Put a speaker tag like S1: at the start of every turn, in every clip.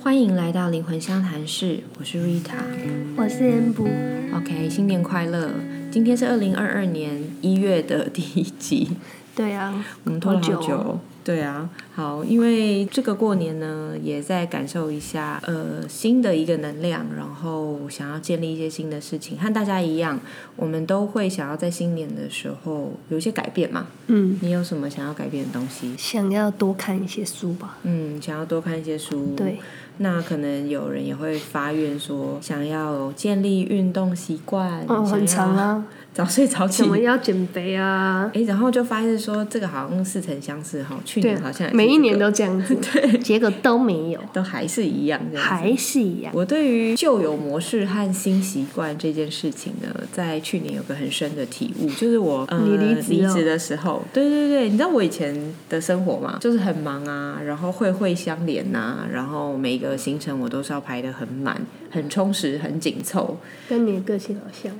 S1: 欢迎来到灵魂相谈室，我是 Rita。
S2: 我是 Amber，
S1: OK，新年快乐！今天是二零二二年一月的第一 集，
S2: 对啊，
S1: 我们嗯拖了好
S2: 好久哦
S1: 久。哦对啊，好，因为这个过年呢，也在感受一下呃新的一个能量，然后想要建立一些新的事情，和大家一样，我们都会想要在新年的时候有一些改变嘛。
S2: 嗯，
S1: 你有什么想要改变的东西？
S2: 想要多看一些书吧。
S1: 嗯，想要多看一些书。
S2: 对，
S1: 那可能有人也会发愿说，想要建立运动习惯，
S2: 哦，很长
S1: 嗯想要
S2: 啊，
S1: 早睡早起
S2: 什。么要减肥啊？
S1: 哎，然后就发现说，这个好像似曾相识哈，去
S2: 对啊
S1: 年好像也，是
S2: 每一
S1: 这
S2: 年
S1: 个
S2: 都这样子， 对，结果都没有，
S1: 都还是一样这样子。
S2: 还是一样。
S1: 我对于旧有模式和新习惯这件事情呢，在去年有个很深的体悟，就是我呃
S2: 你离职
S1: 离
S2: 哦
S1: 职的时候，对对对，你知道我以前的生活嘛，就是很忙啊，然后会会相连呐、然后每个行程我都是要排得很满、很充实、很紧凑。
S2: 跟你的个性好像，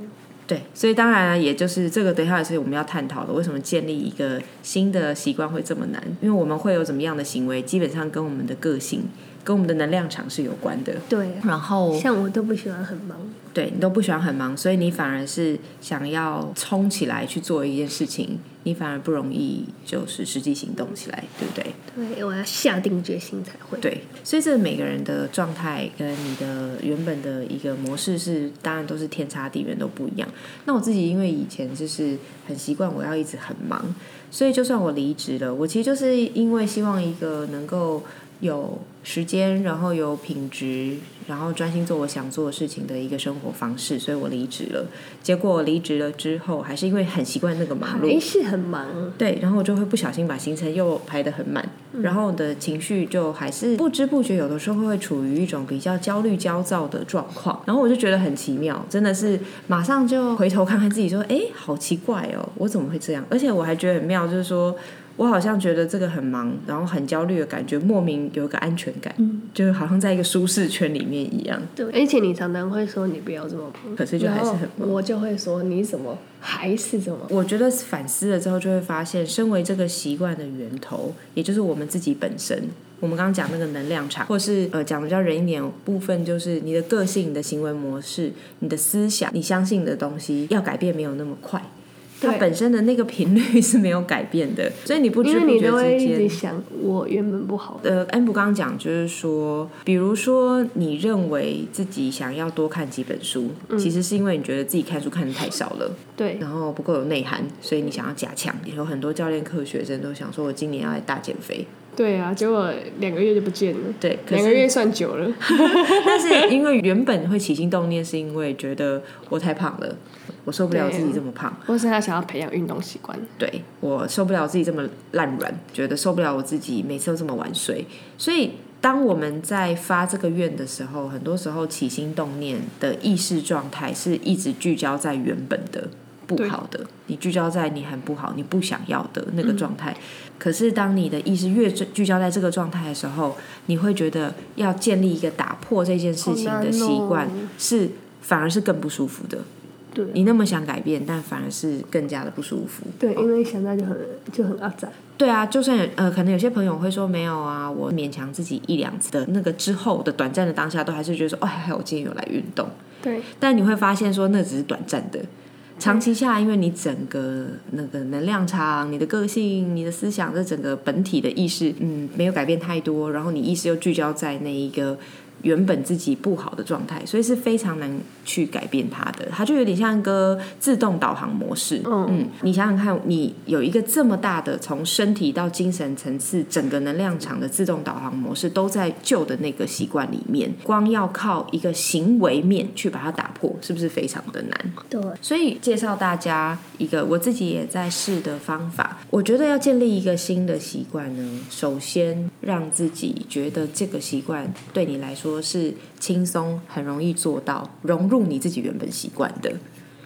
S1: 对，所以当然啊，也就是这个，等一下也是我们要探讨的，为什么建立一个新的习惯会这么难？因为我们会有怎么样的行为，基本上跟我们的个性、跟我们的能量场是有关的。
S2: 对啊，
S1: 然后
S2: 像我都不喜欢很忙，
S1: 对你都不喜欢很忙，所以你反而是想要冲起来去做一件事情，你反而不容易就是实际行动起来，对不对？
S2: 对，我要下定决心才会。
S1: 对，所以这每个人的状态跟你的原本的一个模式是，当然都是天差地远，都不一样。那我自己因为以前就是很习惯我要一直很忙，所以就算我离职了，我其实就是因为希望一个能够有时间，然后有品质，然后专心做我想做的事情的一个生活方式，所以我离职了。结果我离职了之后，还是因为很习惯那个忙碌，
S2: 还是很忙，
S1: 对，然后我就会不小心把行程又排得很满，然后我的情绪就还是不知不觉，有的时候会处于一种比较焦虑、焦躁的状况。然后我就觉得很奇妙，真的是马上就回头看看自己，说：“哎，好奇怪哦，我怎么会这样？”而且我还觉得很妙，就是说我好像觉得这个很忙，然后很焦虑的感觉，莫名有一个安全感，就是好像在一个舒适圈里面一样。
S2: 对，而且你常常会说你不要这么忙，
S1: 可是就还是很忙
S2: 然后我就会说你怎么还是这么忙，
S1: 我觉得反思了之后，就会发现，身为这个习惯的源头，也就是我们自己本身。我们刚刚讲那个能量场，或是呃讲得比较人一点部分，就是你的个性、你的行为模式、你的思想、你相信的东西，要改变没有那么快。它
S2: 对
S1: 本身的那个频率是没有改变 的，所以你不知
S2: 因为
S1: 不
S2: 你
S1: 觉
S2: 都会
S1: 之
S2: 一直
S1: 间。
S2: 想我原本不好，
S1: 呃，安博刚刚讲就是说，比如说你认为自己想要多看几本书，其实是因为你觉得自己看书看的太少了。
S2: 对，
S1: 然后不够有内涵，所以你想要加强。有很多教练课学生都想说，我今年要来大减肥。
S2: 对啊，结果两个月就不见了。
S1: 对，可
S2: 两个
S1: 是
S2: 月算久了，
S1: 但是因为原本会起心动念，是因为觉得我太胖了，我受不了自己这么胖，
S2: 或是他想要培养运动习惯，
S1: 对我受不了自己这么烂软，觉得受不了我自己每次都这么晚睡，所以。当我们在发这个愿的时候，很多时候起心动念的意识状态是一直聚焦在原本的不
S2: 对
S1: 好的，你聚焦在你很不好、你不想要的那
S2: 嗯
S1: 个状态。可是当你的意识越聚聚焦在这个状态的时候，你会觉得要建立一个打破这件事情
S2: 好难
S1: 的习惯、
S2: 哦
S1: 是反而是更不舒服的。
S2: 对
S1: 你那么想改变，但反而是更加的不舒服。
S2: 对，因为想到就很就很阿杂，
S1: 对啊，就算有呃，可能有些朋友会说没有啊，我勉强自己一两次的那个之后的短暂的当下，都还是觉得说，哎，还好我今天有来运动。
S2: 对，
S1: 但你会发现说，那只是短暂的，长期下来，因为你整个那个能量场、你的个性、你的思想，这整个本体的意识，嗯，没有改变太多，然后你意识又聚焦在那一个。原本自己不好的状态，所以是非常难去改变它的。它就有点像一个自动导航模式。
S2: 嗯
S1: 嗯，你想想看，你有一个这么大的从身体到精神层次整个能量场的自动导航模式，都在旧的那个习惯里面，光要靠一个行为面去把它打破，是不是非常的难？
S2: 对，
S1: 所以介绍大家一个我自己也在试的方法。我觉得要建立一个新的习惯呢，首先让自己觉得这个习惯对你来说是轻松、很容易做到、融入你自己原本习惯的。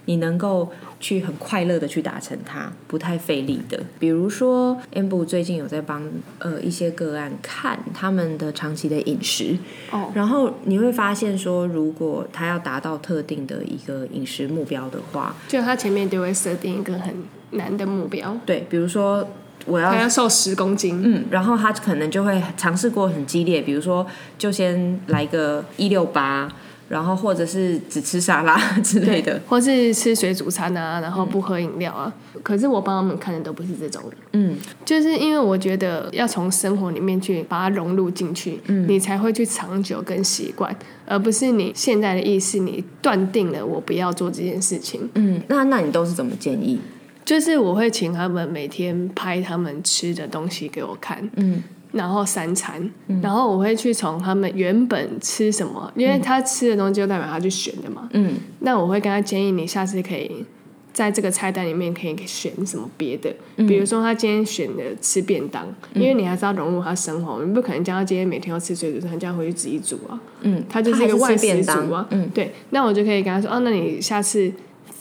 S1: 你能够去很快乐的去达成它，不太费力的。比如说 a m b 最近有在帮呃一些个案看他们的长期的饮食，
S2: 哦，
S1: 然后你会发现说，如果他要达到特定的一个饮食目标的话，
S2: 就他前面就会设定一个很难的目标，
S1: 对，比如说我要
S2: 他要瘦十公斤，
S1: 嗯，然后他可能就会尝试过很激烈，比如说就先来个一六八，然后或者是只吃沙拉 之类的。
S2: 或是吃水煮餐啊，然后不喝饮料啊。可是我帮他们看的都不是这种人，
S1: 嗯，
S2: 就是因为我觉得要从生活里面去把它融入进去，你才会去长久跟习惯，而不是你现在的意识，你断定了我不要做这件事情。
S1: 嗯，那那你都是怎么建议？
S2: 就是我会请他们每天拍他们吃的东西给我看，
S1: 嗯，
S2: 然后三餐，然后我会去从他们原本吃什么，因为他吃的东西就代表他去选的嘛。
S1: 嗯，
S2: 那我会跟他建议，你下次可以在这个菜单里面可以选什么别的，
S1: 嗯
S2: 比如说他今天选的吃便当，因为你还是要融入他生活，你不可能叫他今天每天要吃水煮餐，叫他回去自己煮啊。
S1: 嗯，
S2: 他就是一个
S1: 还
S2: 外
S1: 是吃
S2: 食
S1: 便
S2: 族
S1: 当
S2: 啊。
S1: 嗯，
S2: 对，那我就可以跟他说，哦，那你下次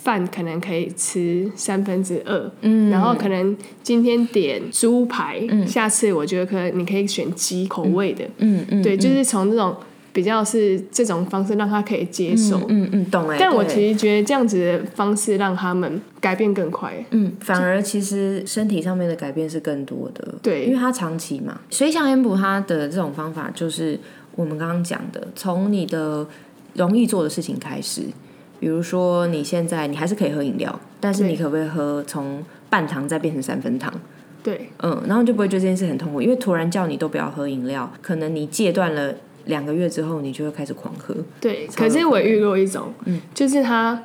S2: 饭可能可以吃三分之二，嗯，然后可能今天点猪排，嗯，下次我觉得可你可以选鸡口味的，
S1: 嗯嗯，
S2: 对，就是从这种比较是这种方式让他可以接受。
S1: 嗯嗯，懂哎、
S2: 但我
S1: 对
S2: 其实觉得这样子的方式让他们改变更快，
S1: 嗯，反而其实身体上面的改变是更多的，
S2: 对
S1: 因为它长期嘛。所以像 M 补它的这种方法，就是我们刚刚讲的，从你的容易做的事情开始，比如说你现在你还是可以喝饮料，但是
S2: 对
S1: 你可不可以喝从半糖再变成三分糖？
S2: 对
S1: 嗯，然后就不会觉得这件事很痛苦，因为突然叫你都不要喝饮料，可能你戒断了两个月之后，你就会开始狂喝。
S2: 对。
S1: 超
S2: 可是
S1: 有嗯
S2: 我遇过一种，就是他。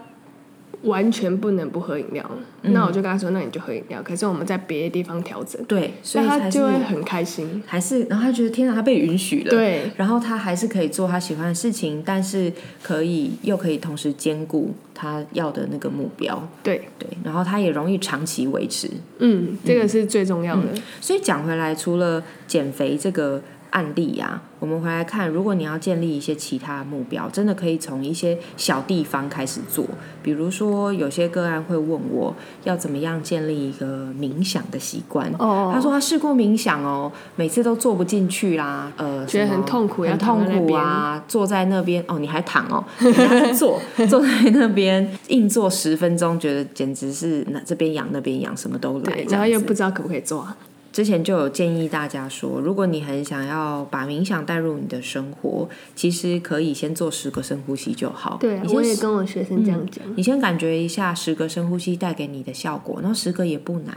S2: 完全不能不喝饮料，
S1: 嗯
S2: 那我就跟他说：“那你就喝饮料。”可是我们在别的地方调整，
S1: 对，所以
S2: 那他
S1: 还是
S2: 就会很开心。
S1: 还是，然后他觉得天啊哪，他被允许了。
S2: 对
S1: 然后他还是可以做他喜欢的事情，但是可以又可以同时兼顾他要的那个目标，
S2: 对，
S1: 对，然后他也容易长期维持。
S2: 嗯，这个是最重要的。
S1: 所以讲回来，除了减肥这个案例啊，我们回来看，如果你要建立一些其他目标，真的可以从一些小地方开始做。比如说，有些个案会问我要怎么样建立一个冥想的习惯。
S2: 哦
S1: 他说他试过冥想哦，每次都做不进去啦，呃，
S2: 觉得
S1: 什么
S2: 很痛苦
S1: 很
S2: 要躺
S1: 痛
S2: 在那
S1: 苦啊，坐在那边哦，你还躺哦，你还是坐 坐在那边硬坐十分钟，觉得简直是那这边痒那边痒，什么都来
S2: 对，，
S1: 这
S2: 然后
S1: 样
S2: 又
S1: 子
S2: 不知道可不可以做啊？
S1: 之前就有建议大家说，如果你很想要把冥想带入你的生活，其实可以先做十个深呼吸就好。
S2: 对啊
S1: 你，嗯
S2: 我
S1: 先
S2: 也跟我学生这样讲。
S1: 你先感觉一下十个深呼吸带给你的效果，然后十个也不难，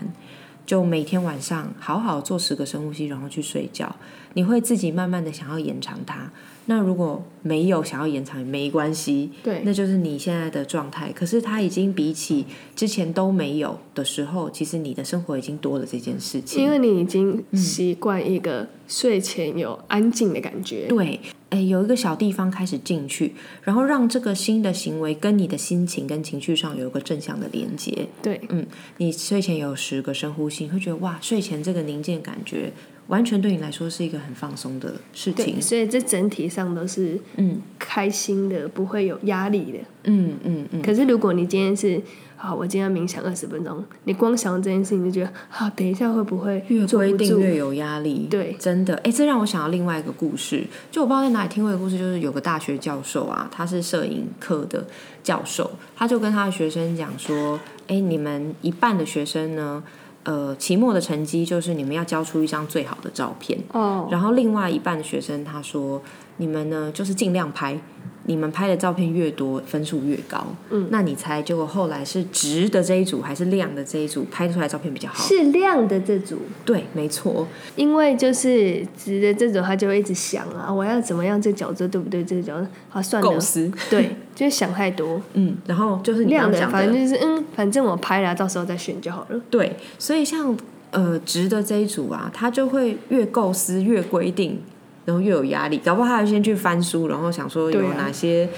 S1: 就每天晚上好好做十个深呼吸，然后去睡觉，你会自己慢慢的想要延长它。那如果没有想要延长也没关系，
S2: 对，
S1: 那就是你现在的状态。可是它已经比起之前都没有的时候，其实你的生活已经多了这件事情。
S2: 因为你已经习惯一个睡前有安静的感觉。
S1: 对，哎，有一个小地方开始进去，然后让这个新的行为跟你的心情跟情绪上有一个正向的连接。
S2: 对，
S1: 嗯，你睡前有十个深呼吸，你会觉得哇，睡前这个宁静的感觉，完全对你来说是一个很放松的事情
S2: 对，。所以这整体上都是
S1: 嗯
S2: 开心的，不会有压力的。
S1: 嗯嗯嗯，
S2: 可是如果你今天是好，我今天要冥想二十分钟，你光想这件事情就觉得啊，等一下会不会
S1: 越
S2: 坐
S1: 规
S2: 不
S1: 定
S2: 住？
S1: 越有压力。
S2: 对
S1: 真的，哎，这让我想到另外一个故事，就我不知道在哪里听过一个故事，就是有个大学教授啊，他是摄影课的教授，他就跟他的学生讲说，哎，你们一半的学生呢，呃，期末的成绩就是你们要交出一张最好的照片，
S2: 哦，
S1: 然后另外一半的学生他说，你们呢就是尽量拍。你们拍的照片越多，分数越高。嗯，那你猜，结果后来是直的这一组还是亮的这一组拍出来的照片比较好？
S2: 适量的这组。
S1: 对，没错。
S2: 因为就是直的这种，他就会一直想啊，我要怎么样这个角色对不对？这个角色好算了
S1: 构，思，
S2: 对，就是想太 多。
S1: 嗯，然后就是你
S2: 量
S1: 刚
S2: 的
S1: 刚，讲
S2: 反正
S1: 的，
S2: 就是嗯，反正我拍了，到时候再选就好了。
S1: 对，所以像呃直的这一组啊，他就会越构思越规定，然后越有压力，搞不好他还先去翻书，然后想说有
S2: 对啊
S1: 哪些。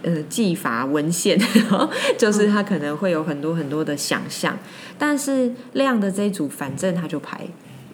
S1: 呃，技法文献， 然后就是他可能会有很多很多的想象，但是亮的这一组，反正他就拍，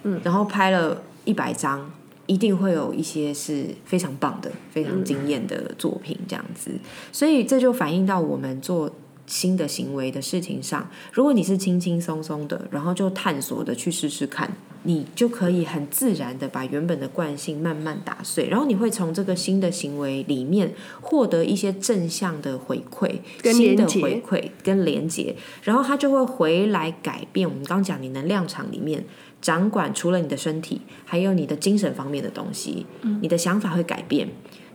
S1: 嗯，然后拍了一百张，一定会有一些是非
S2: 嗯
S1: 常棒的、非常惊艳的作品这样子，所以这就反映到我们做新的行为的事情上，如果你是轻轻松松的，然后就探索的去试试看，你就可以很自然的把原本的惯性慢慢打碎，然后你会从这个新的行为里面获得一些正向的回馈，
S2: 跟
S1: 新的
S2: 连结
S1: 回馈跟连接，然后它就会回来改变我们刚讲你能量场里面。掌管除了你的身体，还有你的精神方面的东西，
S2: 嗯
S1: 你的想法会改变，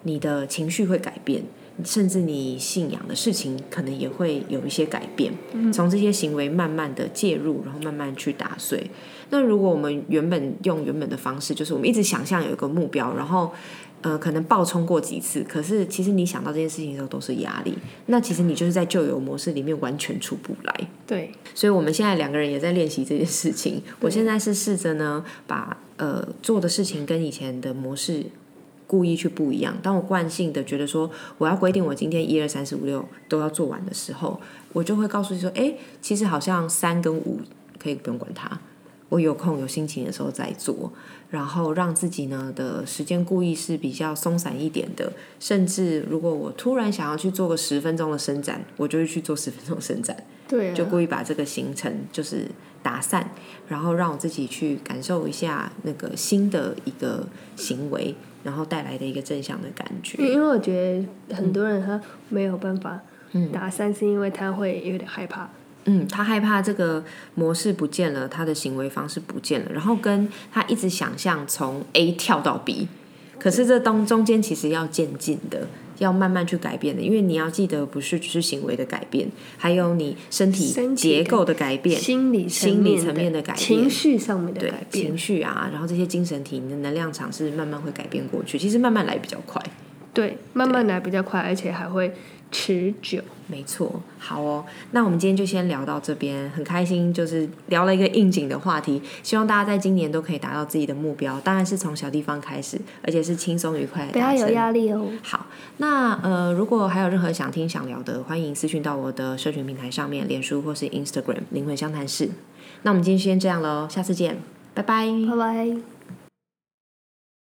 S1: 你的情绪会改变，甚至你信仰的事情可能也会有一些改变。从这些行为慢慢的介入，然后慢慢去打碎。那如果我们原本用原本的方式，就是我们一直想象有一个目标，然后。呃，可能爆冲过几次，可是其实你想到这件事情的时候都是压力，那其实你就是在旧有模式里面完全出不来。
S2: 对，
S1: 所以我们现在两个人也在练习这件事情。我现在是试着呢，把呃做的事情跟以前的模式故意去不一样。当我惯性的觉得说我要规定我今天一二三四五六都要做完的时候，我就会告诉你说，哎，其实好像三跟五可以不用管它。我有空有心情的时候再做，然后让自己呢的时间故意是比较松散一点的，甚至如果我突然想要去做个十分钟的伸展，我就会去做十分钟的伸展。
S2: 对啊，
S1: 就故意把这个行程就是打散，然后让我自己去感受一下那个新的一个行为，然后带来的一个正向的感
S2: 因为
S1: 觉。
S2: 因为我觉得
S1: 嗯
S2: 很多人他没有办法打散，是因为他会有点害怕。
S1: 嗯，他害怕这个模式不见了，他的行为方式不见了，然后跟他一直想象从 A 跳到 B，可是这当中间其实要渐进的。要慢慢去改变的，因为你要记得，不是只是行为的改变，还有你身体
S2: 身体
S1: 结
S2: 的
S1: 构的改变，
S2: 心理
S1: 心理层面的
S2: 的
S1: 改变
S2: 情绪上面的
S1: 对
S2: 改变
S1: 情，绪啊，然后这些精神体你的能量场是慢慢会改变过去，其实慢慢来比较快。
S2: 对，慢慢来比较快，而且还会持久。
S1: 没错，好哦，那我们今天就先聊到这边，很开心，就是聊了一个应景的话题，希望大家在今年都可以达到自己的目标，当然是从小地方开始，而且是轻松愉快的，
S2: 不要有压力哦。
S1: 好，那呃，如果还有任何想听想聊的，欢迎私讯到我的社群平台上面，脸书或是 Instagram 灵魂相谈室。那我们今天先这样喽，下次见，拜拜。
S2: 拜拜。